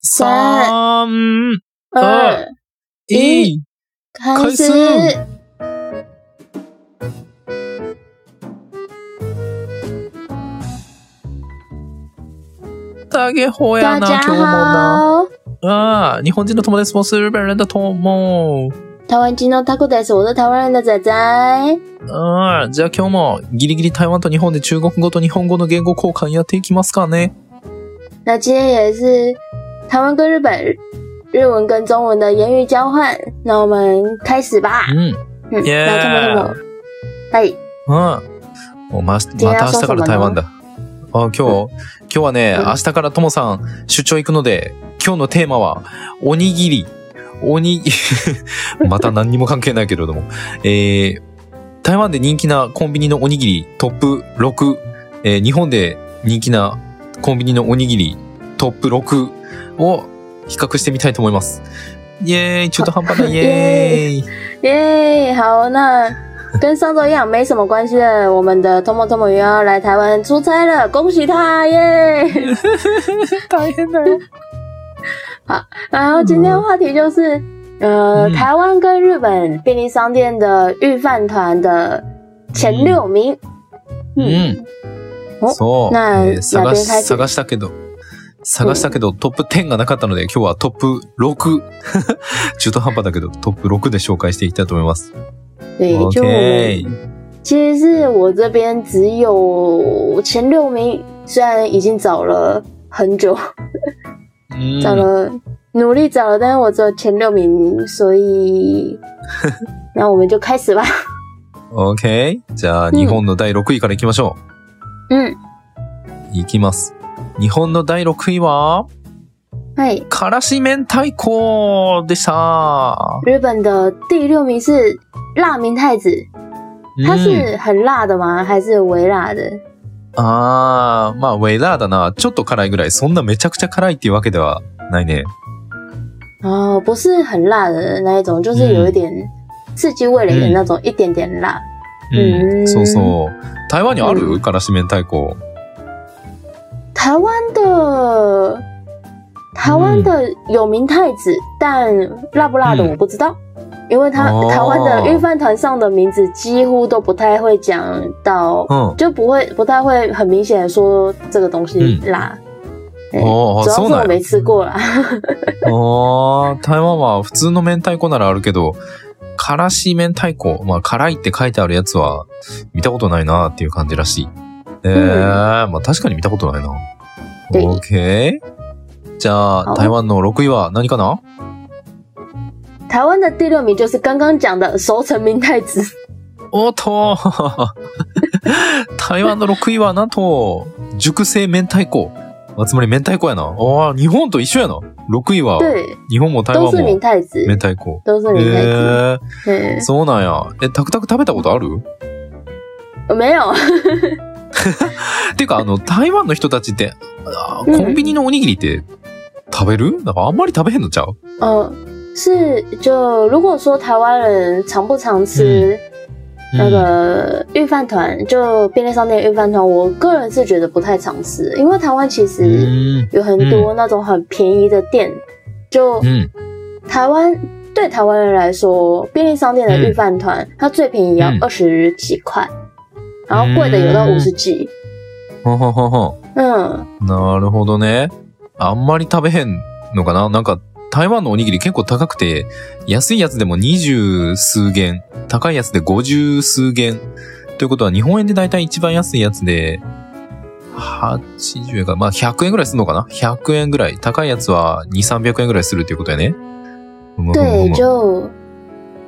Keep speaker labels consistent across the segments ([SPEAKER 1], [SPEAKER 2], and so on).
[SPEAKER 1] 三、
[SPEAKER 2] 三、
[SPEAKER 1] 二、一，
[SPEAKER 2] 一。
[SPEAKER 1] 哦开始。
[SPEAKER 2] 开大家好
[SPEAKER 1] 大
[SPEAKER 2] やな、
[SPEAKER 1] 家
[SPEAKER 2] 今日もな。
[SPEAKER 1] 好，
[SPEAKER 2] ああ、日本人の友達も是日本人的友。
[SPEAKER 1] 台湾金のタコです。我是台湾人的仔仔。
[SPEAKER 2] ああ、じゃあ今日もギリギリ台湾と日本で中国語と日本語の言語交換やっていきますかね。
[SPEAKER 1] 那今天也是台湾跟日本日文跟中文的言语交换，那我们开始吧。
[SPEAKER 2] うん。
[SPEAKER 1] 嗯，
[SPEAKER 2] Yeah
[SPEAKER 1] 来，干嘛干嘛？哎，
[SPEAKER 2] ああ。もうま、また明日から台湾だ。ああ、今日、今日はね、
[SPEAKER 1] うん
[SPEAKER 2] 明日からともさん出張行くので、今日のテーマは、おにぎり。おにぎ、 また何にも関係ないけれども。えー、台湾で人気なコンビニのおにぎりトップ6、えー、日本で人気なコンビニのおにぎりトップ6を比較してみたいと思います。イエーイ中途半 端なイエーイ
[SPEAKER 1] 耶，好，那跟上周一样没什么关系的，我们的 Tomo Tomo 也要来台湾出差了，恭喜他耶！
[SPEAKER 2] 大変だ よ。
[SPEAKER 1] 然后今天的话题就是，呃，
[SPEAKER 2] 嗯
[SPEAKER 1] 台湾跟日本便利商店的预饭团的前六名。
[SPEAKER 2] う
[SPEAKER 1] 嗯，
[SPEAKER 2] ん。
[SPEAKER 1] お
[SPEAKER 2] そう。
[SPEAKER 1] な
[SPEAKER 2] えー探
[SPEAKER 1] ラベン
[SPEAKER 2] し
[SPEAKER 1] 開始
[SPEAKER 2] 探したけど、探したけど、トップ10がなかったので、今日はトップ6。中途半端だけど、トップ6で紹介していきたいと思います。
[SPEAKER 1] 对，就我们
[SPEAKER 2] OK。
[SPEAKER 1] 其实是我这边只有前六名，虽然已经找了很久，
[SPEAKER 2] うん。
[SPEAKER 1] 找了努力找了，但是我只有前六名，所以那我们就开始吧。
[SPEAKER 2] OK。じゃあ、
[SPEAKER 1] うん
[SPEAKER 2] 日本の第6位からいきましょ
[SPEAKER 1] 嗯，
[SPEAKER 2] う。いきます。日本の第6位は、
[SPEAKER 1] 嗨，
[SPEAKER 2] からし明太子でした。
[SPEAKER 1] 日本的第六名是辣明太子，它
[SPEAKER 2] うん、
[SPEAKER 1] 是很辣的吗？还是微辣的？
[SPEAKER 2] あー、まあ、ウェラーだな。ちょっと辛いぐらい。そんなめちゃくちゃ辛いっていうわけではないね。
[SPEAKER 1] 哦，不是很辣的那一种，就是有一点刺激味蕾的那种，一点点辣。
[SPEAKER 2] う、
[SPEAKER 1] うんん
[SPEAKER 2] そうそう。台湾にあ
[SPEAKER 1] う
[SPEAKER 2] るからし明太子。
[SPEAKER 1] 台湾的台湾的有明太子，但辣不辣的
[SPEAKER 2] 嗯
[SPEAKER 1] 我不知道，因为它
[SPEAKER 2] 哦
[SPEAKER 1] 台湾的御饭团上的名字几乎都不太会讲到，
[SPEAKER 2] うん。
[SPEAKER 1] 就不会不太会很明显的说这个东西辣。
[SPEAKER 2] 嗯
[SPEAKER 1] 对
[SPEAKER 2] 哦
[SPEAKER 1] 主要
[SPEAKER 2] そう
[SPEAKER 1] 是
[SPEAKER 2] なん
[SPEAKER 1] 我
[SPEAKER 2] や
[SPEAKER 1] 没吃过啦。
[SPEAKER 2] ああ、台湾は普通の明太子ならあるけど、からし明太子、まあ辛いって書いてあるやつは見たことないなっていう感じらしい。ええまあ確かに見たことないな。
[SPEAKER 1] で
[SPEAKER 2] OK。じゃあ、
[SPEAKER 1] 好
[SPEAKER 2] 台湾の6位は何かな嗯
[SPEAKER 1] 台湾的第六名就是刚刚讲的熟成明太子。
[SPEAKER 2] おっと 台湾の6位はなんと、熟成明太子。まあつまり明太子やな。ああ、日本と一緒やな。6位は、
[SPEAKER 1] 对，
[SPEAKER 2] 日本哦も台
[SPEAKER 1] 都
[SPEAKER 2] 湾呃
[SPEAKER 1] 是明
[SPEAKER 2] も
[SPEAKER 1] 太子，
[SPEAKER 2] 明太子。
[SPEAKER 1] 都是
[SPEAKER 2] ええ
[SPEAKER 1] 明太子。嗯，
[SPEAKER 2] そうなんや。え、タクタク食べたことある
[SPEAKER 1] 我哦没有。
[SPEAKER 2] てか、あの、台湾の人たちって、あ
[SPEAKER 1] うん
[SPEAKER 2] コンビニのおにぎりって食べるなんかあんまり食べへんのちゃう
[SPEAKER 1] 呃，是就如果说台湾人常不常
[SPEAKER 2] 嗯
[SPEAKER 1] 吃那个御饭团，就便利商店御饭团，我个人是觉得不太常吃，因为台湾其
[SPEAKER 2] う
[SPEAKER 1] 实
[SPEAKER 2] ん。
[SPEAKER 1] 有很多那种很便宜的店，就
[SPEAKER 2] うん。
[SPEAKER 1] 台湾。对台湾人来说，便利商店的御饭团，它最便宜也要
[SPEAKER 2] 嗯
[SPEAKER 1] 二十几块，然后贵的有到五十几。
[SPEAKER 2] ほんほんほんほ
[SPEAKER 1] 嗯，
[SPEAKER 2] ん。なるほどね。あんまり食べへんのかななんか、台湾のおにぎり結構高くて、安いやつでも二十数元、高いやつで五十数元。ということは、日本円でだいたい一番安いやつで、80円か、まあ100円ぐらいするのかな ?100 円ぐらい。高いやつは2、300円ぐらいするということやね。ふむふむふ
[SPEAKER 1] 对，
[SPEAKER 2] む
[SPEAKER 1] 就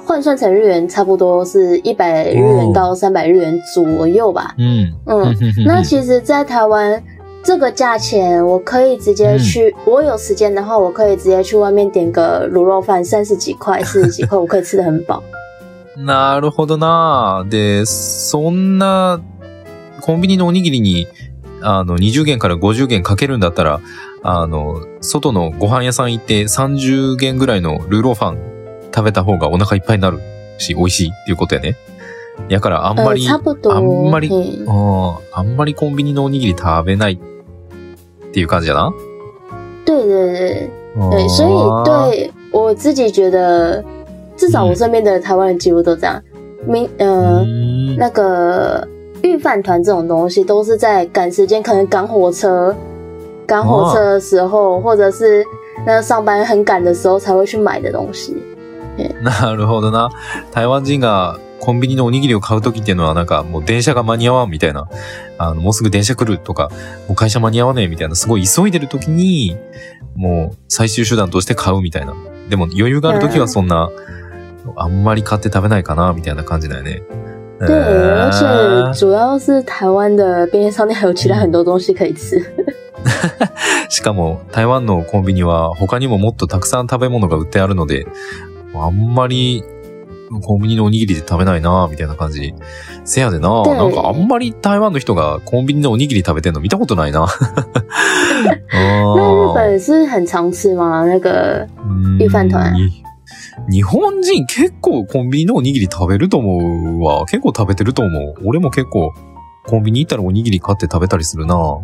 [SPEAKER 1] 换算成日元，差不多是一百日元到三百日元左右吧。
[SPEAKER 2] うん。
[SPEAKER 1] 嗯，那其实，在台湾这个价钱，我可以直接去，我有时间的话，我可以直接去外面点个卤肉饭，三十几块、四十几块，我可以吃的很饱。
[SPEAKER 2] なるほどなで、そんな、コンビニのおにぎりに、あの、20元から50元かけるんだったら、あの、外のご飯屋さん行って30元ぐらいのルーローファン食べた方がお腹いっぱいになるし、美味しいっていうことやね。やからあんま
[SPEAKER 1] 呃，
[SPEAKER 2] り、
[SPEAKER 1] 差不多。
[SPEAKER 2] あんまり
[SPEAKER 1] 嘿
[SPEAKER 2] ああんまりコンビニのおにぎり食べないっていう感じやな。
[SPEAKER 1] 对对对，
[SPEAKER 2] 哦
[SPEAKER 1] 对，所以对我自己觉得，至少我身边的台湾人几乎都这样。明呃，
[SPEAKER 2] 嗯
[SPEAKER 1] 那个预饭团这种东西，都是在赶时间，可能赶火车，赶火车的时候，或者是那个上班很赶的时候才会去买的东西。
[SPEAKER 2] なるほどな。台湾人がコンビニのおにぎりを買うときっていうのはなんかもう電車が間に合わんみたいな、あの、もうすぐ電車来るとか、もう会社間に合わねえみたいな、すごい急いでるときに、もう最終手段として買うみたいな。でも余裕があるときはそんな、あんまり買って食べないかな、みたいな感じだよね。え
[SPEAKER 1] 对，
[SPEAKER 2] ー
[SPEAKER 1] 而且主要是台湾的便利商店还有其他很多东西可以吃。
[SPEAKER 2] しかも台湾のコンビニは他にももっとたくさん食べ物が売ってあるので、あんまりコンビニのおにぎりで食べないなぁみたいな感じ。せやでなぁ
[SPEAKER 1] で
[SPEAKER 2] なんかあんまり台湾の人がコンビニのおにぎり食べてんの見たことないなあ 哦
[SPEAKER 1] 那日
[SPEAKER 2] ー
[SPEAKER 1] 本是很常吃吗？那个
[SPEAKER 2] うん
[SPEAKER 1] 日本は
[SPEAKER 2] に日本人結構コンビニのおにぎり食べると思うわ。結構食べてると思う。俺も結構コンビニ行ったらおにぎり買って食べたりするなぁあ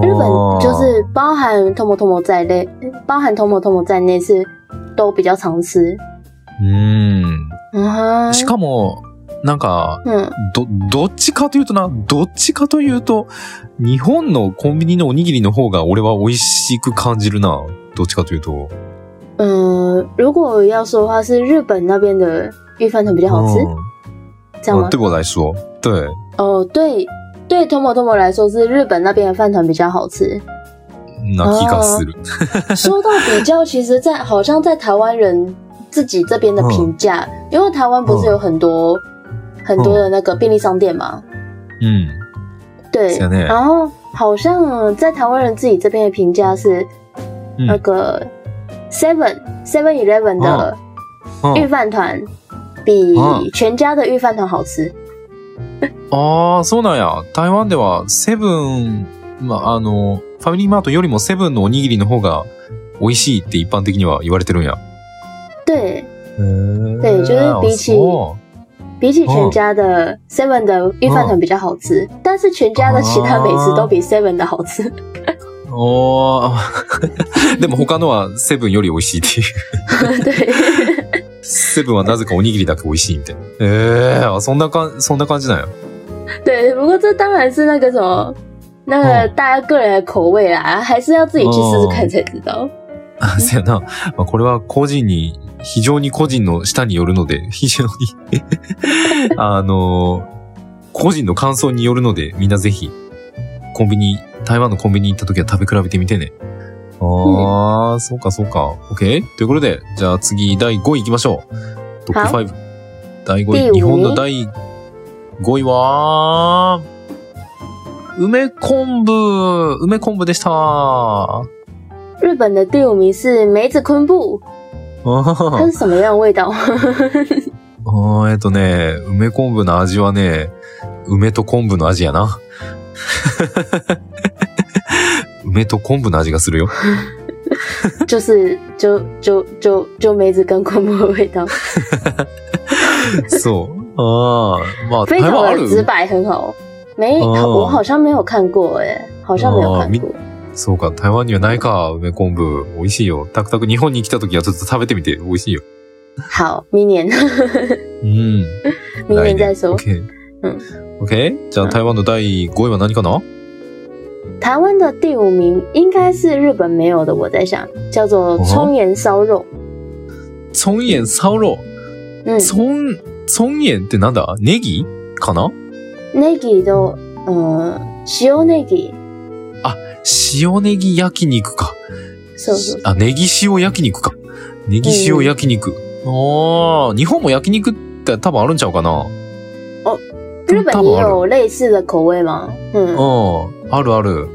[SPEAKER 1] 日
[SPEAKER 2] ー
[SPEAKER 1] 本就是包含 Tomo Tomo 在内，包含 Tomo Tomo 在内是都比较常吃。
[SPEAKER 2] うん。
[SPEAKER 1] 啊，
[SPEAKER 2] しかも、なんか、
[SPEAKER 1] 嗯，
[SPEAKER 2] ど、どっちかというとな、どっちかというと、日本のコンビニのおにぎりの方が俺は美味しく感じるな。どっちかというと。
[SPEAKER 1] 嗯，如果要说的话，是日本那边的御饭团比较好吃，
[SPEAKER 2] う
[SPEAKER 1] 这样
[SPEAKER 2] ん。
[SPEAKER 1] 吗？
[SPEAKER 2] 哦对我来说。对。
[SPEAKER 1] 哦，对，对，Tomo Tomo 来说是日本那边的饭团比较好吃。
[SPEAKER 2] な気がする。
[SPEAKER 1] 说到比较，其实在，好像在台湾人自己这边的评价，因为台湾不是有很多、很多的那个便利商店嘛，
[SPEAKER 2] うん。
[SPEAKER 1] 对，
[SPEAKER 2] 是啊那样
[SPEAKER 1] 然后好像在台湾人自己这边的评价是
[SPEAKER 2] 嗯
[SPEAKER 1] 那个 Seven Seven Eleven 的
[SPEAKER 2] う
[SPEAKER 1] 御
[SPEAKER 2] ん、
[SPEAKER 1] 饭团比
[SPEAKER 2] 嗯
[SPEAKER 1] 全家的御饭团好吃。
[SPEAKER 2] ああ、そうなんや。台湾では、セブン、まあ、あの、ファミリーマートよりもセブンのおにぎりの方が美味しいって一般的には言われてるんや。
[SPEAKER 1] 对，
[SPEAKER 2] 对
[SPEAKER 1] 对就是比起比起全家的 Seven 的御饭团比较好吃，但是全家的其他美食都比 Seven 的好吃。
[SPEAKER 2] おー でも他のはセブンより美味しいっていう。
[SPEAKER 1] 对，
[SPEAKER 2] セブンはなぜかおにぎりだけ美味しいみたいな。ええあそんなかん、そんな感じなんや。
[SPEAKER 1] 对，不过这当然是那个什么，那
[SPEAKER 2] 哦
[SPEAKER 1] 个大家个人的口味啦，还是要自己去试试看才知道。
[SPEAKER 2] あ せやな。まあ、これは個人に、非常に個人の下によるので、 非常に、あの個人の感想によるので、みんなぜひ、コンビニ、台湾のコンビニ行った時は食べ比べてみてね。ああ、そうかそうか。OK? ということで、じゃあ次、第5位行きましょう。トップ5。第5位、
[SPEAKER 1] 第
[SPEAKER 2] 日
[SPEAKER 1] 五
[SPEAKER 2] 本
[SPEAKER 1] 位
[SPEAKER 2] の第5位は、梅昆布梅昆布でしたあ
[SPEAKER 1] 日本的第五名是梅子昆布，它
[SPEAKER 2] ー
[SPEAKER 1] 是什么样的味道？
[SPEAKER 2] あーえっとね、梅昆布の味はね、梅と昆布の味やな。 梅と昆布の味がするよ。
[SPEAKER 1] 就是就就就就梅子跟昆布的味道，
[SPEAKER 2] 哦そう。ああ、まあ、
[SPEAKER 1] 非
[SPEAKER 2] 台
[SPEAKER 1] 常
[SPEAKER 2] 湾あ
[SPEAKER 1] 的
[SPEAKER 2] る
[SPEAKER 1] 直白，很好。没，
[SPEAKER 2] 哦
[SPEAKER 1] 我好像没有看过哎、好像没有
[SPEAKER 2] 哦
[SPEAKER 1] 看
[SPEAKER 2] 明
[SPEAKER 1] 过。
[SPEAKER 2] そうか、台湾にはないか、梅昆布。美味しいよ。たくたく日本に来た時はちょっと食べてみて、美味しいよ。
[SPEAKER 1] 好，明年
[SPEAKER 2] うん。
[SPEAKER 1] 明年再说。
[SPEAKER 2] OK。
[SPEAKER 1] う
[SPEAKER 2] OK? じゃあ台湾の第5位は何かな
[SPEAKER 1] 台湾的第五名应该是日本没有的，我在想，叫
[SPEAKER 2] 哦
[SPEAKER 1] 做葱盐烧肉。
[SPEAKER 2] ソンエンサウロ。
[SPEAKER 1] 嗯
[SPEAKER 2] ソン、ソンエンってなんだネギかな
[SPEAKER 1] ，negi 都，嗯，塩 negi，
[SPEAKER 2] 塩ネギ焼肉か。
[SPEAKER 1] そうそう。
[SPEAKER 2] あ、ネギ塩焼肉か。ネギ塩焼肉。ああ、日本も焼肉って多分あるんちゃうかな
[SPEAKER 1] 日本也
[SPEAKER 2] 多
[SPEAKER 1] 有类似的口味吗？嗯，
[SPEAKER 2] 哦うん。あるある。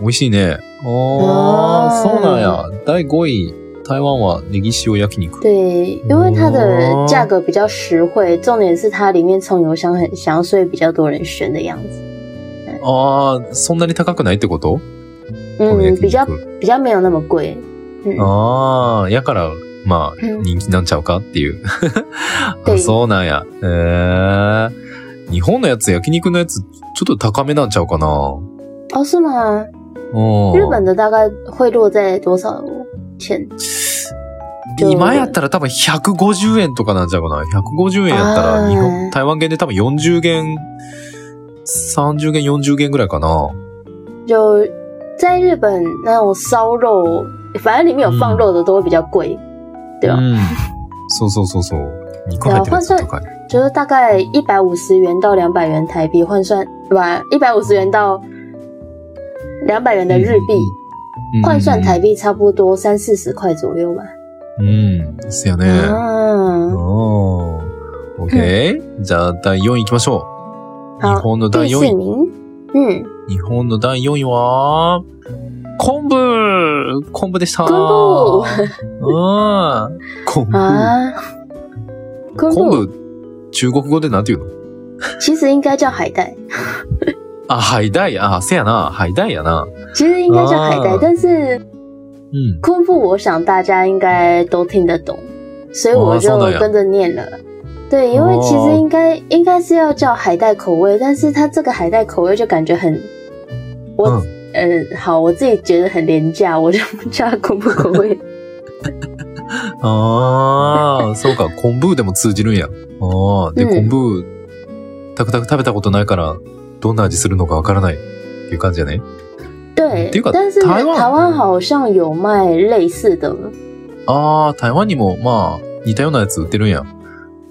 [SPEAKER 2] 美味しいね。ああ
[SPEAKER 1] あ、ー
[SPEAKER 2] そうなんや。第5位、台湾はネギ塩焼肉。
[SPEAKER 1] 对，因为它的价格比较实惠，重点是它里面葱油香很香，所以比较多人选的样子。
[SPEAKER 2] ああ、そんなに高くないってことこの
[SPEAKER 1] 嗯，
[SPEAKER 2] 焼
[SPEAKER 1] 比较
[SPEAKER 2] 肉。
[SPEAKER 1] 比较没有那么贵。嗯，
[SPEAKER 2] 哦ああ、やから、まあ、
[SPEAKER 1] 嗯
[SPEAKER 2] 人気なんちゃうかっていう。
[SPEAKER 1] は
[SPEAKER 2] あ
[SPEAKER 1] い
[SPEAKER 2] そうなんや。ええ日本のやつ、焼肉のやつ、ちょっと高めなんちゃうかな。
[SPEAKER 1] 哦，是吗？
[SPEAKER 2] おー
[SPEAKER 1] 日本的大概会落在多少钱？と
[SPEAKER 2] 今やったら多分150円とかなんじゃうかな。150円やった
[SPEAKER 1] あ
[SPEAKER 2] ら
[SPEAKER 1] ー
[SPEAKER 2] 日本、台湾元で多分40元、30元、40元ぐらいかな。
[SPEAKER 1] 就在日本那种烧肉，反正里面有放肉的都会比较贵，对吧？
[SPEAKER 2] うん。そうそうそうそう。2個入ってるやつとかね。
[SPEAKER 1] 就是大概一百五十元到两百元台币换算，对吧？一百五十元到两百元
[SPEAKER 2] 嗯
[SPEAKER 1] 的日币、
[SPEAKER 2] うん
[SPEAKER 1] 换算台币差不多三四十块左右吧。
[SPEAKER 2] うん。ですよね。
[SPEAKER 1] 嗯，
[SPEAKER 2] おー。オッケー。じゃあ、第4位行きましょう。日
[SPEAKER 1] 好，
[SPEAKER 2] 本の第
[SPEAKER 1] 第
[SPEAKER 2] 4
[SPEAKER 1] 四
[SPEAKER 2] 位。
[SPEAKER 1] 名，嗯，
[SPEAKER 2] 日本の第4位は、昆布昆布でした
[SPEAKER 1] 昆
[SPEAKER 2] 布うん。昆布。
[SPEAKER 1] 啊，昆
[SPEAKER 2] 昆
[SPEAKER 1] 布
[SPEAKER 2] 布、中国語でなんて言うの
[SPEAKER 1] 其实应该叫海带，
[SPEAKER 2] あ、ハイダイ。あ、せやな。ハイダイやな。
[SPEAKER 1] 其实应该叫海带
[SPEAKER 2] 啊，
[SPEAKER 1] 但是
[SPEAKER 2] うん。
[SPEAKER 1] 昆布，我想大家应该都听得懂，所以我就
[SPEAKER 2] 哦那当然
[SPEAKER 1] 跟着念了。对，因为其
[SPEAKER 2] 哦
[SPEAKER 1] 实应该、应该是要叫海带口味，但是它这个海带口味就感觉很，我
[SPEAKER 2] 嗯
[SPEAKER 1] 嗯、好，我自己觉得很廉价，我就不叫它昆布口 味。
[SPEAKER 2] ああ、そうか。昆布でも通じるんや。ああ、で、
[SPEAKER 1] う
[SPEAKER 2] 昆
[SPEAKER 1] ん
[SPEAKER 2] 布、たくたく食べたことないから、どんな味するのかわからないっていう感じやね。
[SPEAKER 1] 对
[SPEAKER 2] 这个，
[SPEAKER 1] 但是
[SPEAKER 2] 台湾
[SPEAKER 1] 好像有卖类似的，
[SPEAKER 2] ああ、台湾にも、まあ、似たようなやつ売ってるんや。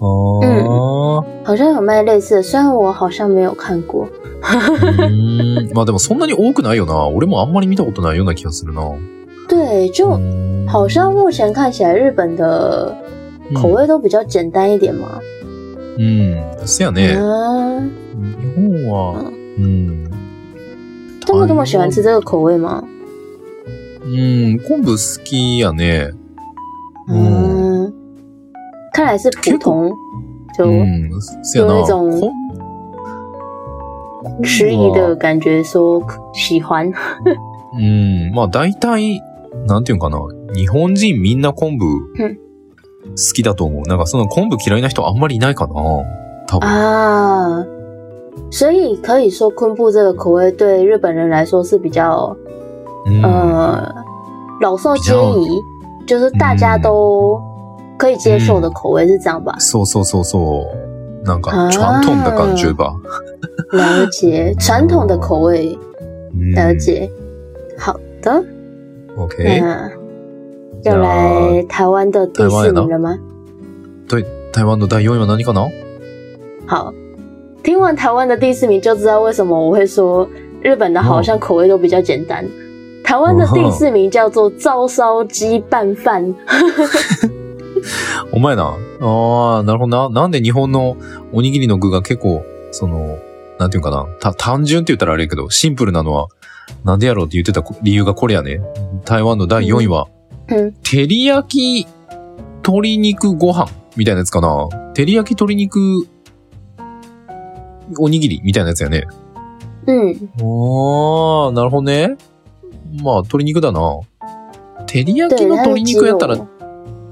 [SPEAKER 2] ああ、う
[SPEAKER 1] 好像有卖类似的，虽然我好像没有看过。
[SPEAKER 2] ーん。まあでもそんなに多くないよな。俺もあんまり見たことないような気がするな。
[SPEAKER 1] 对，就
[SPEAKER 2] うん
[SPEAKER 1] 好像目前看起来日本的
[SPEAKER 2] 嗯
[SPEAKER 1] 口味都比较简单一点嘛。
[SPEAKER 2] うん。うん。せやね。
[SPEAKER 1] 嗯。
[SPEAKER 2] 日本は、
[SPEAKER 1] う
[SPEAKER 2] うん。
[SPEAKER 1] 这么这么喜欢吃这个口味吗？
[SPEAKER 2] うん、昆布好きやね。嗯
[SPEAKER 1] 嗯，看来是普通，就
[SPEAKER 2] うん。せやな。
[SPEAKER 1] 有一种
[SPEAKER 2] 昆
[SPEAKER 1] 迟疑的感觉，说喜欢。
[SPEAKER 2] うん。まあ大体、なんていうんかな。日本人みんな昆布
[SPEAKER 1] うん
[SPEAKER 2] 好きだと思う。なんかその昆布嫌いな人あんまりいないかな。多分。
[SPEAKER 1] 啊。所以可以说昆布这个口味对日本人来说是比较
[SPEAKER 2] うん。
[SPEAKER 1] 呃老少皆宜，就是大家都可以接受的口味是这样吧？
[SPEAKER 2] そうそうそうそう。なんか
[SPEAKER 1] あ、ー
[SPEAKER 2] 传统的感觉吧。嗯
[SPEAKER 1] 了解传统的口味，
[SPEAKER 2] うん
[SPEAKER 1] 了解。好的，
[SPEAKER 2] OK。
[SPEAKER 1] 那要来台湾的第
[SPEAKER 2] 台湾
[SPEAKER 1] 四
[SPEAKER 2] 也能
[SPEAKER 1] 名了吗？
[SPEAKER 2] 台湾の第4位は何かな
[SPEAKER 1] 好，听完台湾的第四名就知道为什么我会说日本的好像口味都比较简单。台湾的第四名叫做照烧鸡拌饭，
[SPEAKER 2] お前な。ああ、なるほどな。なんで日本のおにぎりの具が結構、その、なんていうんかな。た、単純って言ったらあれやけど、シンプルなのは、なんでやろうって言ってた理由がこれやね。台湾の第4位は、
[SPEAKER 1] うん
[SPEAKER 2] 照り焼き鶏肉ご飯みたいなやつかな。照り焼き鶏肉おにぎりみたいなやつやね。
[SPEAKER 1] 嗯，
[SPEAKER 2] おー、なるほどね。まあ、鶏肉だな。照り焼き
[SPEAKER 1] 对，
[SPEAKER 2] の
[SPEAKER 1] 它是
[SPEAKER 2] 鶏
[SPEAKER 1] 鸡
[SPEAKER 2] 肉や
[SPEAKER 1] 肉
[SPEAKER 2] ったら、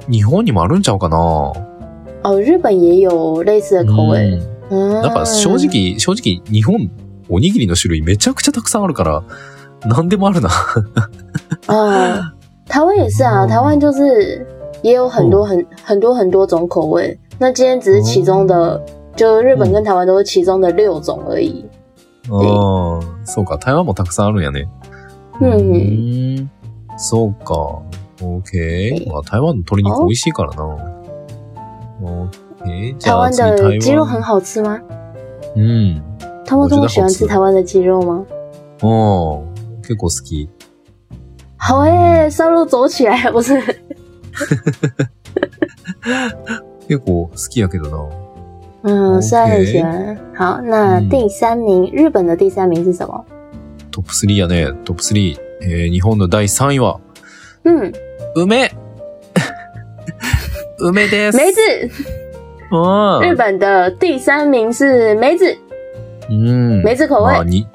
[SPEAKER 2] 日本にもあるんちゃうかな。
[SPEAKER 1] 哦，日本也有类似的口
[SPEAKER 2] う
[SPEAKER 1] 味。
[SPEAKER 2] ん
[SPEAKER 1] 嗯，
[SPEAKER 2] なんか正直、正直日本おにぎりの種類めちゃくちゃたくさんあるから、何でもあるな。
[SPEAKER 1] 啊，台湾也是啊，
[SPEAKER 2] 嗯
[SPEAKER 1] 台湾就是也有很
[SPEAKER 2] 哦
[SPEAKER 1] 多很很多很多种口味。那今天只是其中
[SPEAKER 2] 哦
[SPEAKER 1] 的，就日
[SPEAKER 2] 嗯
[SPEAKER 1] 本跟台湾都是其中的六种而已。
[SPEAKER 2] うん。そうか、台湾もたくさんあるんやね。
[SPEAKER 1] うん
[SPEAKER 2] 嗯ん。そうか。オーケー。まあ、台湾の鶏肉美味しいからな。オーケー。じ
[SPEAKER 1] 台
[SPEAKER 2] ゃあ
[SPEAKER 1] 湾
[SPEAKER 2] 次台
[SPEAKER 1] 的
[SPEAKER 2] 湾。
[SPEAKER 1] 鸡肉很好吃吗？
[SPEAKER 2] うん。
[SPEAKER 1] 他们
[SPEAKER 2] 我觉
[SPEAKER 1] 这
[SPEAKER 2] 得
[SPEAKER 1] 么喜
[SPEAKER 2] 好
[SPEAKER 1] 欢
[SPEAKER 2] 吃
[SPEAKER 1] 吃台湾的鸡肉吗？
[SPEAKER 2] うん。結構好き。
[SPEAKER 1] 好哎、烧肉走起来不是？
[SPEAKER 2] 結構好きやけどな。OK
[SPEAKER 1] 嗯，虽然很喜欢。好，那第三名，日本的第三名是什么？
[SPEAKER 2] トップ3やね。トップ3。えー、日本の第3位は、
[SPEAKER 1] 嗯，
[SPEAKER 2] 梅 梅です。
[SPEAKER 1] 梅子。
[SPEAKER 2] うん
[SPEAKER 1] 日本的第三名是梅子，
[SPEAKER 2] 嗯うん。
[SPEAKER 1] 梅子口
[SPEAKER 2] まあ、
[SPEAKER 1] 味。
[SPEAKER 2] に、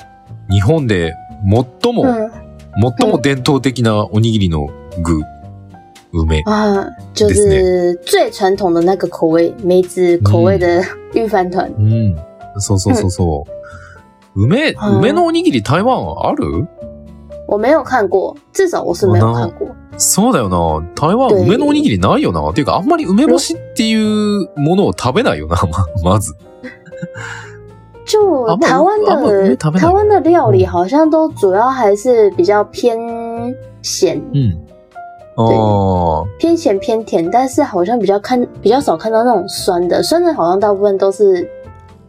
[SPEAKER 2] 日本で最も、
[SPEAKER 1] 嗯
[SPEAKER 2] 最も伝統的なおにぎりの具、梅。
[SPEAKER 1] 啊，就是最传统的那个口味，梅子口味的
[SPEAKER 2] 嗯
[SPEAKER 1] 御饭团。
[SPEAKER 2] うん。そうそうそうそう。梅、
[SPEAKER 1] うん
[SPEAKER 2] 梅のおにぎり台湾ある
[SPEAKER 1] 我没有看过，至少我是
[SPEAKER 2] 哦
[SPEAKER 1] 没有看过。
[SPEAKER 2] そうだよな。台湾、
[SPEAKER 1] 对
[SPEAKER 2] 梅のおにぎりないよな。っていうか、あんまり梅干しっていうものを食べないよな、ま、まず。
[SPEAKER 1] 就
[SPEAKER 2] 啊不
[SPEAKER 1] 台湾
[SPEAKER 2] 啊不没
[SPEAKER 1] 的
[SPEAKER 2] 台湾的
[SPEAKER 1] 台湾的料理好像都主要还是比较偏咸，
[SPEAKER 2] うん。ああ。
[SPEAKER 1] 偏咸偏甜，但是好像比较看比较少看到那种酸的，酸的好像大部分都是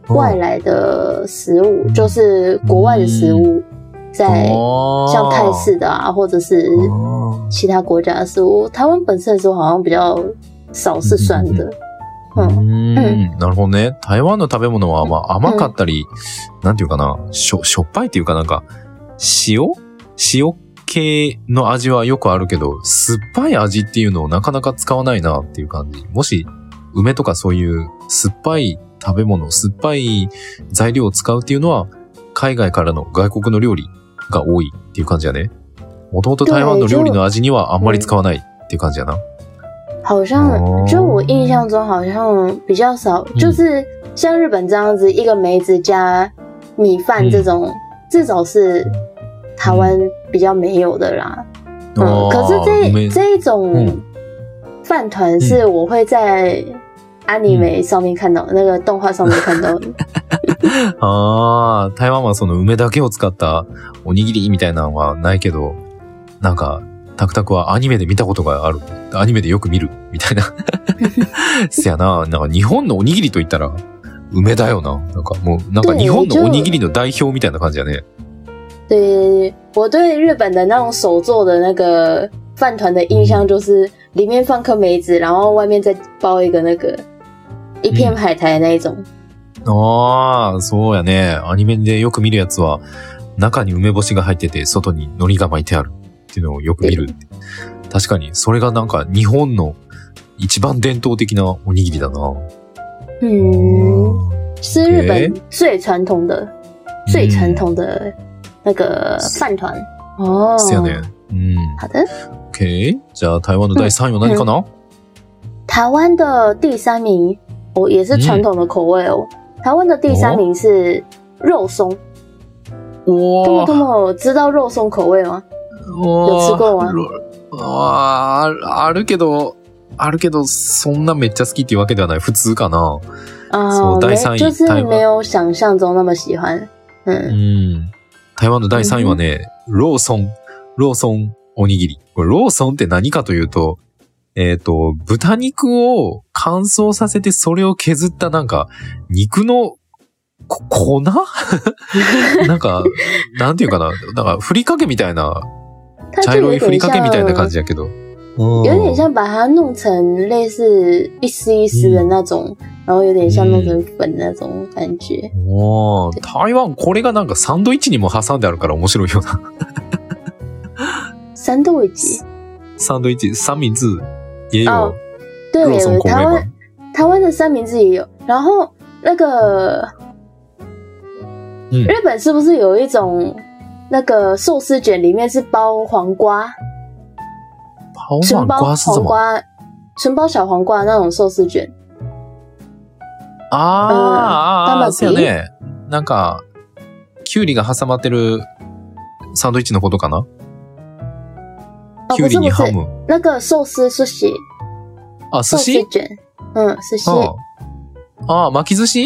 [SPEAKER 1] 外来的食物，
[SPEAKER 2] 嗯
[SPEAKER 1] 就是国外的食物，在像泰式的啊，或者是
[SPEAKER 2] 哦
[SPEAKER 1] 其他国家的食物，台湾本身的食物好像比较少是酸的，
[SPEAKER 2] う
[SPEAKER 1] 嗯，
[SPEAKER 2] ーん。なるほどね。台湾の食べ物は、まあ、甘かったり、なんていうかな、しょ、しょっぱいっていうかなんか、塩塩系の味はよくあるけど、酸っぱい味っていうのをなかなか使わないなっていう感じ。もし、梅とかそういう酸っぱい食べ物、酸っぱい材料を使うっていうのは、海外からの外国の料理が多いっていう感じやね。もともと台湾の料理の味にはあんまり使わないっていう感じやな。
[SPEAKER 1] 好像
[SPEAKER 2] 哦嗯
[SPEAKER 1] 就我印象中好像比较少，就是像日本这样子一个梅子加米饭这
[SPEAKER 2] 嗯
[SPEAKER 1] 种，至少是台湾比较没有的啦。嗯，
[SPEAKER 2] あー
[SPEAKER 1] 可是这
[SPEAKER 2] 梅
[SPEAKER 1] 这一种
[SPEAKER 2] 哦嗯
[SPEAKER 1] 饭团是我会在阿尼梅上面看到的，那个动画上面看到的。
[SPEAKER 2] ああ、台湾はその梅だけを使ったおにぎりみたいなのはないけど、なんか、タクタクはアニメで見たことがある。アニメでよく見る。みたいな。せやな、なんか日本のおにぎりと言ったら、梅だよな。なんかもう、なんか日本のおにぎりの代表みたいな感じやね。
[SPEAKER 1] 对我对日本的那种手做的那个饭团的印象，就是里面放颗梅子，然后外面再包一个那个一片海苔那一种。
[SPEAKER 2] ああ、そうやね。アニメでよく見るやつは、中に梅干しが入ってて、外に海苔が巻いてあるっていうのをよく見るって。確かに、それがなんか日本の一番伝統的なおにぎりだな。
[SPEAKER 1] 嗯，是日
[SPEAKER 2] 诶
[SPEAKER 1] 本最传统的、
[SPEAKER 2] 嗯
[SPEAKER 1] 最传统的那个饭团
[SPEAKER 2] う
[SPEAKER 1] 哦
[SPEAKER 2] ん。。せやね。うん。
[SPEAKER 1] 好的，
[SPEAKER 2] OK。じゃあ、台湾の第3位は何かな
[SPEAKER 1] 台湾的第三名哦，也是传统的口味哦。台湾的第三名是肉松，
[SPEAKER 2] お
[SPEAKER 1] 多么多么知道肉松口味吗？
[SPEAKER 2] お
[SPEAKER 1] 四つ子は
[SPEAKER 2] あーああるけど、あるけど、そんなめっちゃ好きっていうわけではない。普通かな。
[SPEAKER 1] 啊
[SPEAKER 2] そう，第
[SPEAKER 1] 没
[SPEAKER 2] 三位
[SPEAKER 1] 就是
[SPEAKER 2] 台湾
[SPEAKER 1] 没有想象中那么喜欢。
[SPEAKER 2] う
[SPEAKER 1] 嗯，
[SPEAKER 2] ん。台湾の第3位はね、ローソン、ローソンおにぎり。これローソンって何かというと、えっ、と、豚肉を乾燥させてそれを削ったなんか、肉のこ粉 なんか、なんていうかな。なんか、ふりかけみたいな、
[SPEAKER 1] 它
[SPEAKER 2] 茶
[SPEAKER 1] 就
[SPEAKER 2] 色
[SPEAKER 1] 有
[SPEAKER 2] いふり
[SPEAKER 1] 点
[SPEAKER 2] かけみたいな感哦
[SPEAKER 1] 像，
[SPEAKER 2] じやけど。
[SPEAKER 1] 有
[SPEAKER 2] 有
[SPEAKER 1] 点像把它弄成类似一丝一丝的那
[SPEAKER 2] 嗯
[SPEAKER 1] 种，然后有点像弄成粉那种感觉。
[SPEAKER 2] おー台湾、これがなんかサンドイッチにも挟んであるから面白いよな。
[SPEAKER 1] 三豆鸡，
[SPEAKER 2] サンドイッチ、三明治、也有
[SPEAKER 1] あ对，
[SPEAKER 2] ローソン口味
[SPEAKER 1] 台
[SPEAKER 2] 版。
[SPEAKER 1] 湾台湾的三明治也有，然后那个、
[SPEAKER 2] 嗯
[SPEAKER 1] 日本是不是有一种那个寿司卷里面是包黄瓜，
[SPEAKER 2] 好
[SPEAKER 1] 纯
[SPEAKER 2] 碗
[SPEAKER 1] 包
[SPEAKER 2] 瓜是什
[SPEAKER 1] 黄
[SPEAKER 2] 么？
[SPEAKER 1] 瓜，纯包小黄瓜那种寿司卷？
[SPEAKER 2] あーあー、
[SPEAKER 1] 玉
[SPEAKER 2] そうやね。なんか、キュウリが挟まってるサンドイッチのことかな
[SPEAKER 1] 哦，
[SPEAKER 2] キュ
[SPEAKER 1] 不
[SPEAKER 2] ウリ
[SPEAKER 1] 是不
[SPEAKER 2] にハ
[SPEAKER 1] 是，
[SPEAKER 2] ム。
[SPEAKER 1] 那个寿司寿司
[SPEAKER 2] あ、
[SPEAKER 1] 寿
[SPEAKER 2] 寿
[SPEAKER 1] 司
[SPEAKER 2] 司
[SPEAKER 1] 卷，嗯，寿司，
[SPEAKER 2] ああー、巻き寿司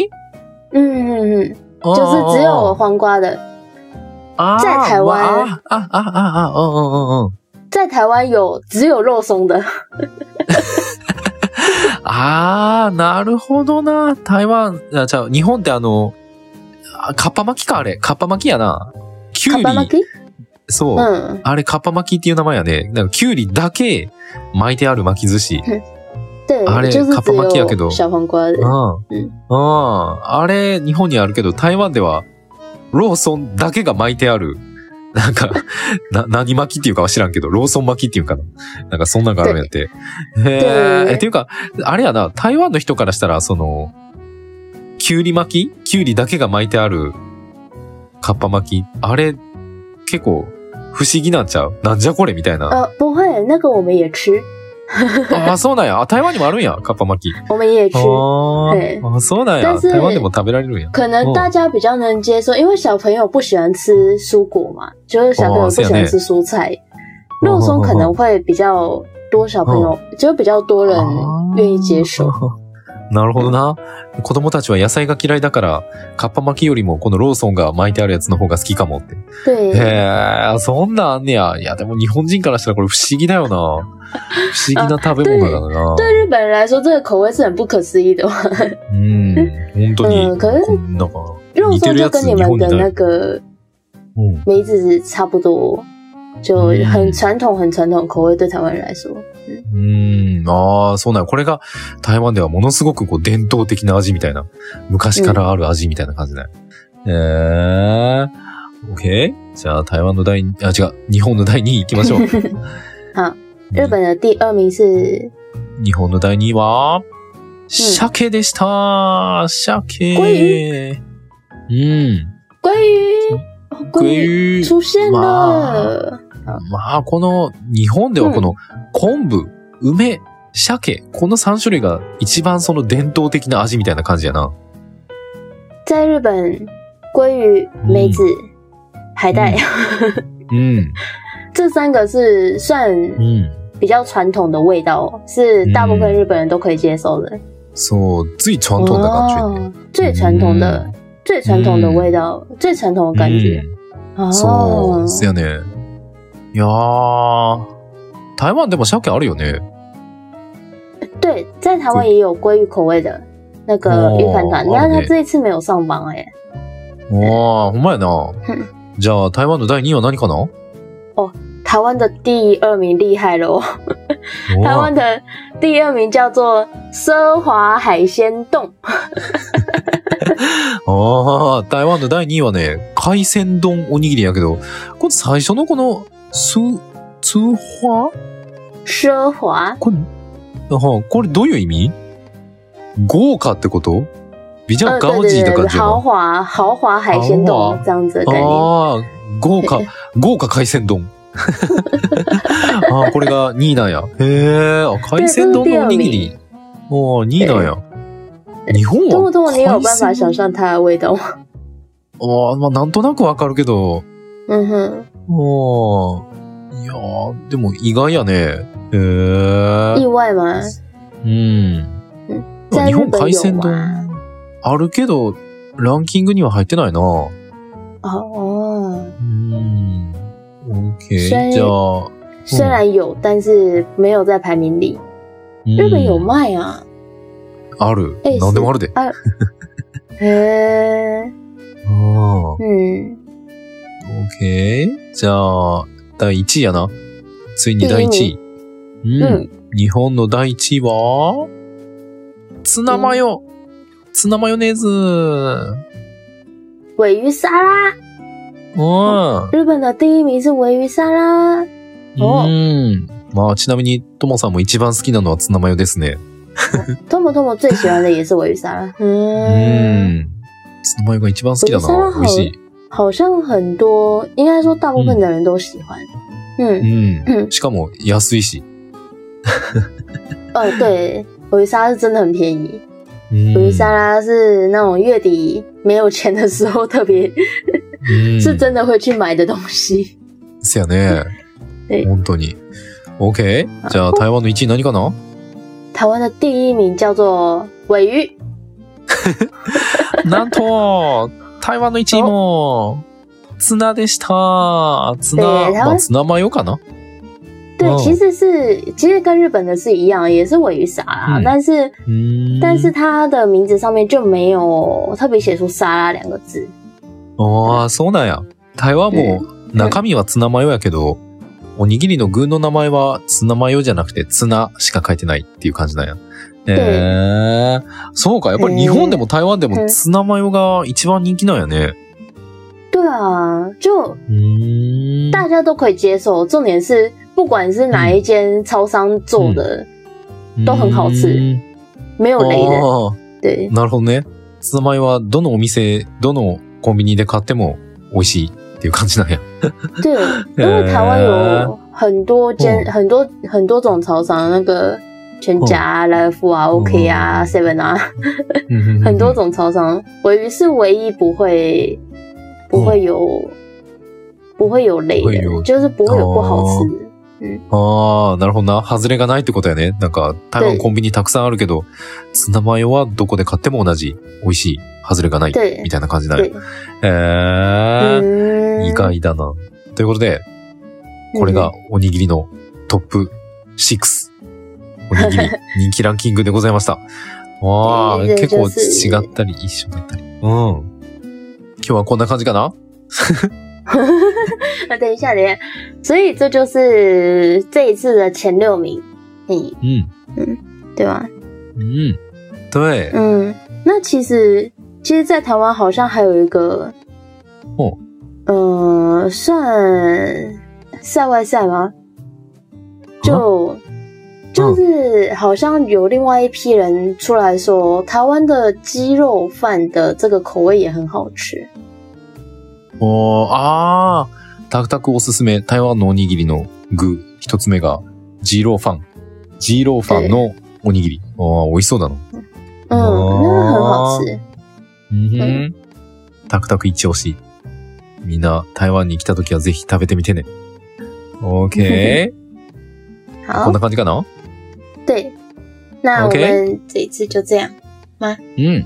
[SPEAKER 1] 嗯嗯嗯，
[SPEAKER 2] あー
[SPEAKER 1] 就是只有黄瓜的。
[SPEAKER 2] 哦あー
[SPEAKER 1] 在台湾
[SPEAKER 2] わあ、あ、あ、あ、あ、うんうんうんうん。
[SPEAKER 1] 在台湾有只有肉松的，
[SPEAKER 2] ああ、なるほどな。台湾、あ、じゃあ、日本ってあの、あカッパ巻きか、あれ。カッパ巻きやな。キュウ
[SPEAKER 1] 卡巴马
[SPEAKER 2] リ、
[SPEAKER 1] 基，
[SPEAKER 2] そう。
[SPEAKER 1] 嗯，
[SPEAKER 2] あれ、カッパ巻きっていう名前やね。なんか、キュウリだけ巻いてある巻き寿司。
[SPEAKER 1] 对
[SPEAKER 2] あ，れ
[SPEAKER 1] 就是
[SPEAKER 2] 卡
[SPEAKER 1] 只
[SPEAKER 2] 巴马基やけど
[SPEAKER 1] 有小黄瓜的，
[SPEAKER 2] う
[SPEAKER 1] うん
[SPEAKER 2] ん。うん。あれ、日本にあるけど、台湾では、ローソンだけが巻いてある。なんか、 な、何巻きっていうかは知らんけど、ローソン巻きっていうかな。なんか、そんなんがあるんやって。へえ。
[SPEAKER 1] で
[SPEAKER 2] っていうか、あれやな、台湾の人からしたら、その、キュウリ巻きキュウリだけが巻いてある、カッパ巻き。あれ、結構、不思議なんちゃうなんじゃこれみたいな。
[SPEAKER 1] 呃，不会，那个我们也吃，
[SPEAKER 2] ああ、そうなんや。あ、台湾にもあるんや、かっぱ 巻き。
[SPEAKER 1] 我们也吃
[SPEAKER 2] あ。
[SPEAKER 1] 对
[SPEAKER 2] ーあ、そうなんや。
[SPEAKER 1] 但是
[SPEAKER 2] 台湾でも食べられるんや。
[SPEAKER 1] 可能大家比较能接受，因为小朋友不喜欢吃蔬果嘛，就是小朋
[SPEAKER 2] 哦
[SPEAKER 1] 友不喜
[SPEAKER 2] 是啊嗯
[SPEAKER 1] 欢吃蔬菜，肉松可能会比较多小朋
[SPEAKER 2] 哦
[SPEAKER 1] 友，就比较多人愿意接受。
[SPEAKER 2] なるほどな。子供たちは野菜が嫌いだから、かっぱ巻きよりもこのローソンが巻いてあるやつの方が好きかもって。
[SPEAKER 1] 对，
[SPEAKER 2] へえ、そんなんあんねや。いや、でも日本人からしたらこれ不思議だよな。不思議な食べ物だな。
[SPEAKER 1] 对日本人来说，这个口味是很不可 思议的嘛。
[SPEAKER 2] うん。本当に。
[SPEAKER 1] うん可是
[SPEAKER 2] こんなんか。
[SPEAKER 1] 肉
[SPEAKER 2] 你觉
[SPEAKER 1] 松
[SPEAKER 2] 得要
[SPEAKER 1] 就
[SPEAKER 2] 吃
[SPEAKER 1] 跟你
[SPEAKER 2] 以后
[SPEAKER 1] 们
[SPEAKER 2] 你
[SPEAKER 1] 的
[SPEAKER 2] 的
[SPEAKER 1] 那个
[SPEAKER 2] うん。
[SPEAKER 1] 梅子差不多，就
[SPEAKER 2] 嗯
[SPEAKER 1] 很传统、很传统的口味，对台湾人来说。
[SPEAKER 2] うん。ああ、そうなんや。これが台湾ではものすごくこう伝統的な味みたいな。昔からある味みたいな感じだよ。ええ。オッケーじゃあ台湾の第二、あ、違う。日本の第2位行きま しょう。
[SPEAKER 1] 好日本的第二名是
[SPEAKER 2] 日本の第2位は、鮭でした鮭うん。
[SPEAKER 1] 鲑鱼，哦鲑
[SPEAKER 2] 鮭
[SPEAKER 1] 鱼出现
[SPEAKER 2] 哇
[SPEAKER 1] 了。
[SPEAKER 2] まあ、この、日本ではこの、昆布、梅、鮭、この3種類が一番その伝統的な味みたいな感じやな。
[SPEAKER 1] 在日本，鲑鱼、梅子、
[SPEAKER 2] 嗯
[SPEAKER 1] 海带、
[SPEAKER 2] うん。
[SPEAKER 1] 这三个是算
[SPEAKER 2] うん。
[SPEAKER 1] 比较传统的味道，是大部分
[SPEAKER 2] 嗯
[SPEAKER 1] 日本人都可以接受的。
[SPEAKER 2] そう、ついちゃんとんだ感嗯じ。
[SPEAKER 1] 哦最传统的、最传统的味道，
[SPEAKER 2] 嗯
[SPEAKER 1] 最传统的感觉。
[SPEAKER 2] うんそう、，
[SPEAKER 1] 哦
[SPEAKER 2] すやね。いやー、台湾でも鮭あるよね。
[SPEAKER 1] 对，在台湾也有鲑鱼口味的那个鱼饭团，
[SPEAKER 2] 哦
[SPEAKER 1] 你看他
[SPEAKER 2] 对
[SPEAKER 1] 这一次没有上榜哎、
[SPEAKER 2] ああ、ほんまやな。じゃあ、台湾の第2位は何かな
[SPEAKER 1] 台湾的第二名厉害了哦，台湾的第二名叫做奢华海鲜冻。
[SPEAKER 2] ああ、台湾の第2位はね、海鮮丼おにぎりやけど、これ最初のこの、す、通話
[SPEAKER 1] 奢华
[SPEAKER 2] これ、あこれどういう意味豪華ってことビジャ
[SPEAKER 1] 呃，
[SPEAKER 2] ンガ
[SPEAKER 1] 对
[SPEAKER 2] オジーって
[SPEAKER 1] 对对对，
[SPEAKER 2] 感じや
[SPEAKER 1] 豪
[SPEAKER 2] な。
[SPEAKER 1] 华豪华海鲜
[SPEAKER 2] 豪
[SPEAKER 1] 冻
[SPEAKER 2] 华哦
[SPEAKER 1] 这样子的概念。
[SPEAKER 2] ああ、豪華、豪華海鮮 丼。ああ、これが2位なんや。へえ、あ海鮮丼のおにぎり。おー2位なんや。日本
[SPEAKER 1] 通不
[SPEAKER 2] は
[SPEAKER 1] 通？你有
[SPEAKER 2] 海
[SPEAKER 1] 办法
[SPEAKER 2] 鮮
[SPEAKER 1] 想
[SPEAKER 2] 丼
[SPEAKER 1] 象它的 味道吗？
[SPEAKER 2] ああ、まあなんとなくわかるけど、
[SPEAKER 1] 嗯哼，
[SPEAKER 2] おーいやー、でも意外やね。へえ呃
[SPEAKER 1] 意外吗？
[SPEAKER 2] うん。
[SPEAKER 1] 在
[SPEAKER 2] 日
[SPEAKER 1] 日
[SPEAKER 2] 本
[SPEAKER 1] 本
[SPEAKER 2] 海
[SPEAKER 1] 有
[SPEAKER 2] 鮮
[SPEAKER 1] 吗？
[SPEAKER 2] 丼あるけど、ランキングには入ってないな。う
[SPEAKER 1] 哦哦，
[SPEAKER 2] ーん。オッケ
[SPEAKER 1] そ
[SPEAKER 2] ー。
[SPEAKER 1] れ
[SPEAKER 2] じゃあ、
[SPEAKER 1] 虽然有，但是没有在排名里。
[SPEAKER 2] うん
[SPEAKER 1] 日本有卖啊？
[SPEAKER 2] ある
[SPEAKER 1] え。
[SPEAKER 2] 何でもあるで。嗯
[SPEAKER 1] 嘿，
[SPEAKER 2] うんオッ
[SPEAKER 1] 嗯，
[SPEAKER 2] ケー。じゃあ、第1位やな。ついに第1位。うん。
[SPEAKER 1] 嗯
[SPEAKER 2] 日本の第1位は、ツナマヨ。ツナマヨネーズ。
[SPEAKER 1] 尾鱼沙拉，
[SPEAKER 2] うん。
[SPEAKER 1] 日本的第一名是尾鱼沙拉。お
[SPEAKER 2] うん。まあ、ちなみに、ともさんも一番好きなのはツナマヨですね。
[SPEAKER 1] トモトモ最喜欢的也是尾鱼沙拉。
[SPEAKER 2] う
[SPEAKER 1] 嗯，
[SPEAKER 2] ん。ツナマヨが一番好きだ
[SPEAKER 1] 美味しそう
[SPEAKER 2] な。美味し
[SPEAKER 1] 好像很多，应该说大部分的人都喜欢。嗯，
[SPEAKER 2] い。
[SPEAKER 1] う
[SPEAKER 2] うんん。しかも、安いし。
[SPEAKER 1] 哦，对，尾鱼沙拉是真的很便宜。
[SPEAKER 2] うん。
[SPEAKER 1] 尾鱼沙拉是那种月底没有钱的时候特别、
[SPEAKER 2] うん
[SPEAKER 1] 是真的会去买的东西。
[SPEAKER 2] せやね
[SPEAKER 1] え。
[SPEAKER 2] 本当に。OK? じゃあ、台湾の1位何かな
[SPEAKER 1] 台湾的第一名叫做尾鱼，
[SPEAKER 2] なんと、台湾の1位も、ツナでした。ツナ、
[SPEAKER 1] えー台湾
[SPEAKER 2] まあ、ツナマヨかな
[SPEAKER 1] 对，
[SPEAKER 2] 哦
[SPEAKER 1] 其实是其实跟日本的是一样，也是尾鱼沙拉，
[SPEAKER 2] 嗯
[SPEAKER 1] 但是
[SPEAKER 2] うん。
[SPEAKER 1] 但是它的名字上面就没有特别写出沙拉两个字。
[SPEAKER 2] ああ、そうなんや。台湾も中身はツナマヨやけど、おにぎりの具の名前はツナマヨじゃなくてツナしか書いてないっていう感じなんや。ええそうか。やっぱり日本でも台湾で
[SPEAKER 1] う
[SPEAKER 2] も
[SPEAKER 1] ん
[SPEAKER 2] ツナマヨが一番人気なんやね。
[SPEAKER 1] 对啊，就
[SPEAKER 2] うーん。
[SPEAKER 1] 大家都可以接受，重点是不管是哪一间超商做的，都很好吃
[SPEAKER 2] うん
[SPEAKER 1] 没有雷的。
[SPEAKER 2] ああ
[SPEAKER 1] 对
[SPEAKER 2] なるほどね。ツナマヨはどのお店、どのコンビニで買っても美味しいっていう感じなんや。
[SPEAKER 1] 对，因为台湾
[SPEAKER 2] 呃
[SPEAKER 1] 有很多间、
[SPEAKER 2] 嗯
[SPEAKER 1] 很多很多种超商，那个全家
[SPEAKER 2] 哦
[SPEAKER 1] 啊、莱尔富啊、OK 啊、
[SPEAKER 2] 嗯
[SPEAKER 1] Seven 啊，
[SPEAKER 2] 嗯
[SPEAKER 1] 很多。种超商，尾鱼是唯一不会不会有、不会有雷
[SPEAKER 2] 哦不会有哦
[SPEAKER 1] 的，就是不会有不好吃的。
[SPEAKER 2] ああ、なるほどな。外れがないってことやね。なんか、台湾コンビニたくさんあるけど、ツナマヨはどこで買っても同じ。美味しい。外れがない。
[SPEAKER 1] 对
[SPEAKER 2] みたいな感じにな
[SPEAKER 1] 对
[SPEAKER 2] る。，え
[SPEAKER 1] 嗯
[SPEAKER 2] ー、意外だな。ということで、これがおにぎりのトップ6。おにぎ り人気ランキングでございました。わあ、
[SPEAKER 1] いいね
[SPEAKER 2] 結構
[SPEAKER 1] 上手
[SPEAKER 2] 違ったり一緒だったり。うん。今日はこんな感じかな
[SPEAKER 1] 啊，等一下，等一下，所以这就是这一次的前六名，嗯，
[SPEAKER 2] うん。
[SPEAKER 1] 对吧？
[SPEAKER 2] うん。对。
[SPEAKER 1] 嗯，那其实其实，在台湾好像还有一个，
[SPEAKER 2] 哦，
[SPEAKER 1] 呃，算赛外赛
[SPEAKER 2] 啊
[SPEAKER 1] 吗？就
[SPEAKER 2] 嗯
[SPEAKER 1] 就是好像有另外一批人出来说，台湾的鸡肉饭的这个口味也很好吃。
[SPEAKER 2] おーあー、タクタクおすすめ、台湾のおにぎりの具、一つ目が、ジーローファン。ジーローファンのおにぎり。ああ、美味しそうだな。
[SPEAKER 1] 嗯，
[SPEAKER 2] 哦
[SPEAKER 1] 那个很好吃。
[SPEAKER 2] うんふん
[SPEAKER 1] う
[SPEAKER 2] タクタク一押し。みんな、台湾に来た時はぜひ食べてみてね。オーケー。こ
[SPEAKER 1] 好
[SPEAKER 2] ん，な感じかな
[SPEAKER 1] 对，那我
[SPEAKER 2] OK
[SPEAKER 1] 们这一次就这样。
[SPEAKER 2] うん。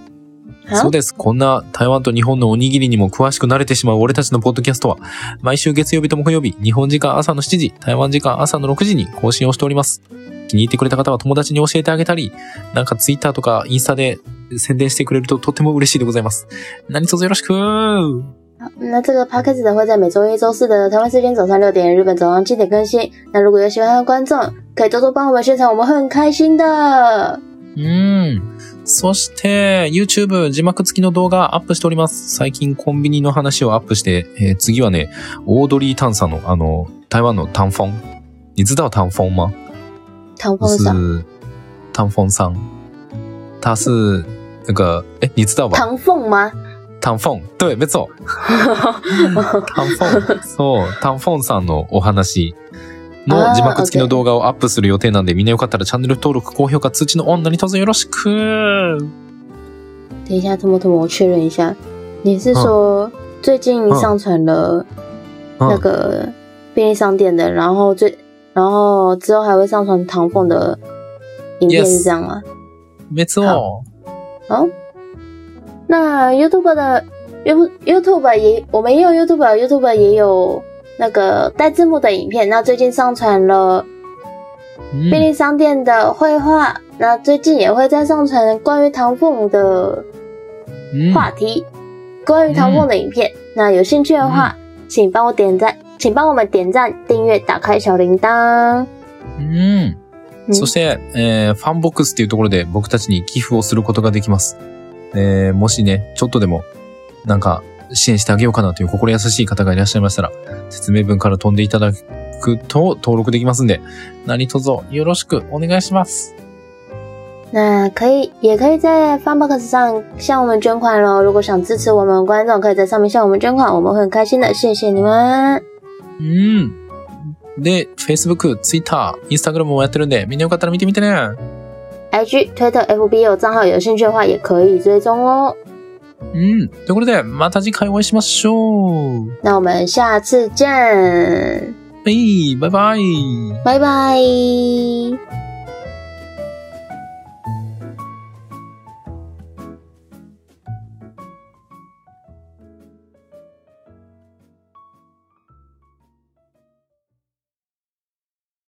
[SPEAKER 2] そ
[SPEAKER 1] 好
[SPEAKER 2] う，です。こんな台湾と日本のおにぎりにも詳しく慣れてしまう俺たちのポッドキャストは、毎週月曜日と木曜日、日本時間朝の7時、台湾時間朝の6時に更新をしております。気に入ってくれた方は友達に教えてあげたり、なんかツイッターとかインスタで宣伝してくれるととっても嬉しいでございます。何卒よろしく
[SPEAKER 1] 嗯那这个 podcast 呢会在每周一、周四的台湾时间早上六点、日本早上七点更新。那如果有喜欢的观众，可以多多帮我们宣传，我们会很开心的。
[SPEAKER 2] うん。そして、YouTube 字幕付きの動画アップしております。最近コンビニの話をアップして、えー次はね、オードリー・タンさんの、あの、台湾のタンフォン。你知道タンフォン吗
[SPEAKER 1] 唐
[SPEAKER 2] 就
[SPEAKER 1] 风桑，
[SPEAKER 2] 是唐风桑，他是那个哎，你知道吧？
[SPEAKER 1] 唐凤吗？
[SPEAKER 2] 唐凤，对，没 错，唐凤，そう、唐凤さんのお話の字幕付きの動画をアップする予定なんで、みんなよかったらチャンネル登録、高評価、通知のオン何卒よろしく。
[SPEAKER 1] 等一下，托莫托莫，我确认一下，你是说最近上传了那个便利商店的，然后最然后之后还会上传唐凤的影片
[SPEAKER 2] Yes
[SPEAKER 1] 是这样吗？
[SPEAKER 2] 没错
[SPEAKER 1] 好，那 YouTube 的 You YouTube 也我们也有 YouTube，YouTube 也有那个带字幕的影片。那最近上传了
[SPEAKER 2] 嗯
[SPEAKER 1] 便利商店的绘画，那最近也会再上传关于唐凤的
[SPEAKER 2] 嗯，
[SPEAKER 1] 话题，关于唐凤的影片。那有兴趣的话，请帮我点赞，请帮我们点赞、订阅、打开小铃铛。
[SPEAKER 2] 嗯。
[SPEAKER 1] 嗯
[SPEAKER 2] そして、えーファンボックスっていうところで僕たちに寄付をすることができます。えーもしね、ちょっとでも、なんか、支援してあげようかなという心優しい方がいらっしゃいましたら、説明文から飛んでいただくと登録できますんで、何卒よろしくお願いします。
[SPEAKER 1] 那可以，也可以在 Funbox 上向我们捐款喽。如果想支持我们的观众，可以在上面向我们捐款，我们会很开心的。谢谢你们。
[SPEAKER 2] うん。で、Facebook、Twitter、Instagram もやってるんで、みんなよかったら見てみてね。
[SPEAKER 1] IG、推特、FB 有账号，有兴趣的话也可以追踪哦。
[SPEAKER 2] うん。ということで、また次回お会いしましょう。
[SPEAKER 1] 那我们下次见，
[SPEAKER 2] はい、バイバイ。
[SPEAKER 1] 拜拜。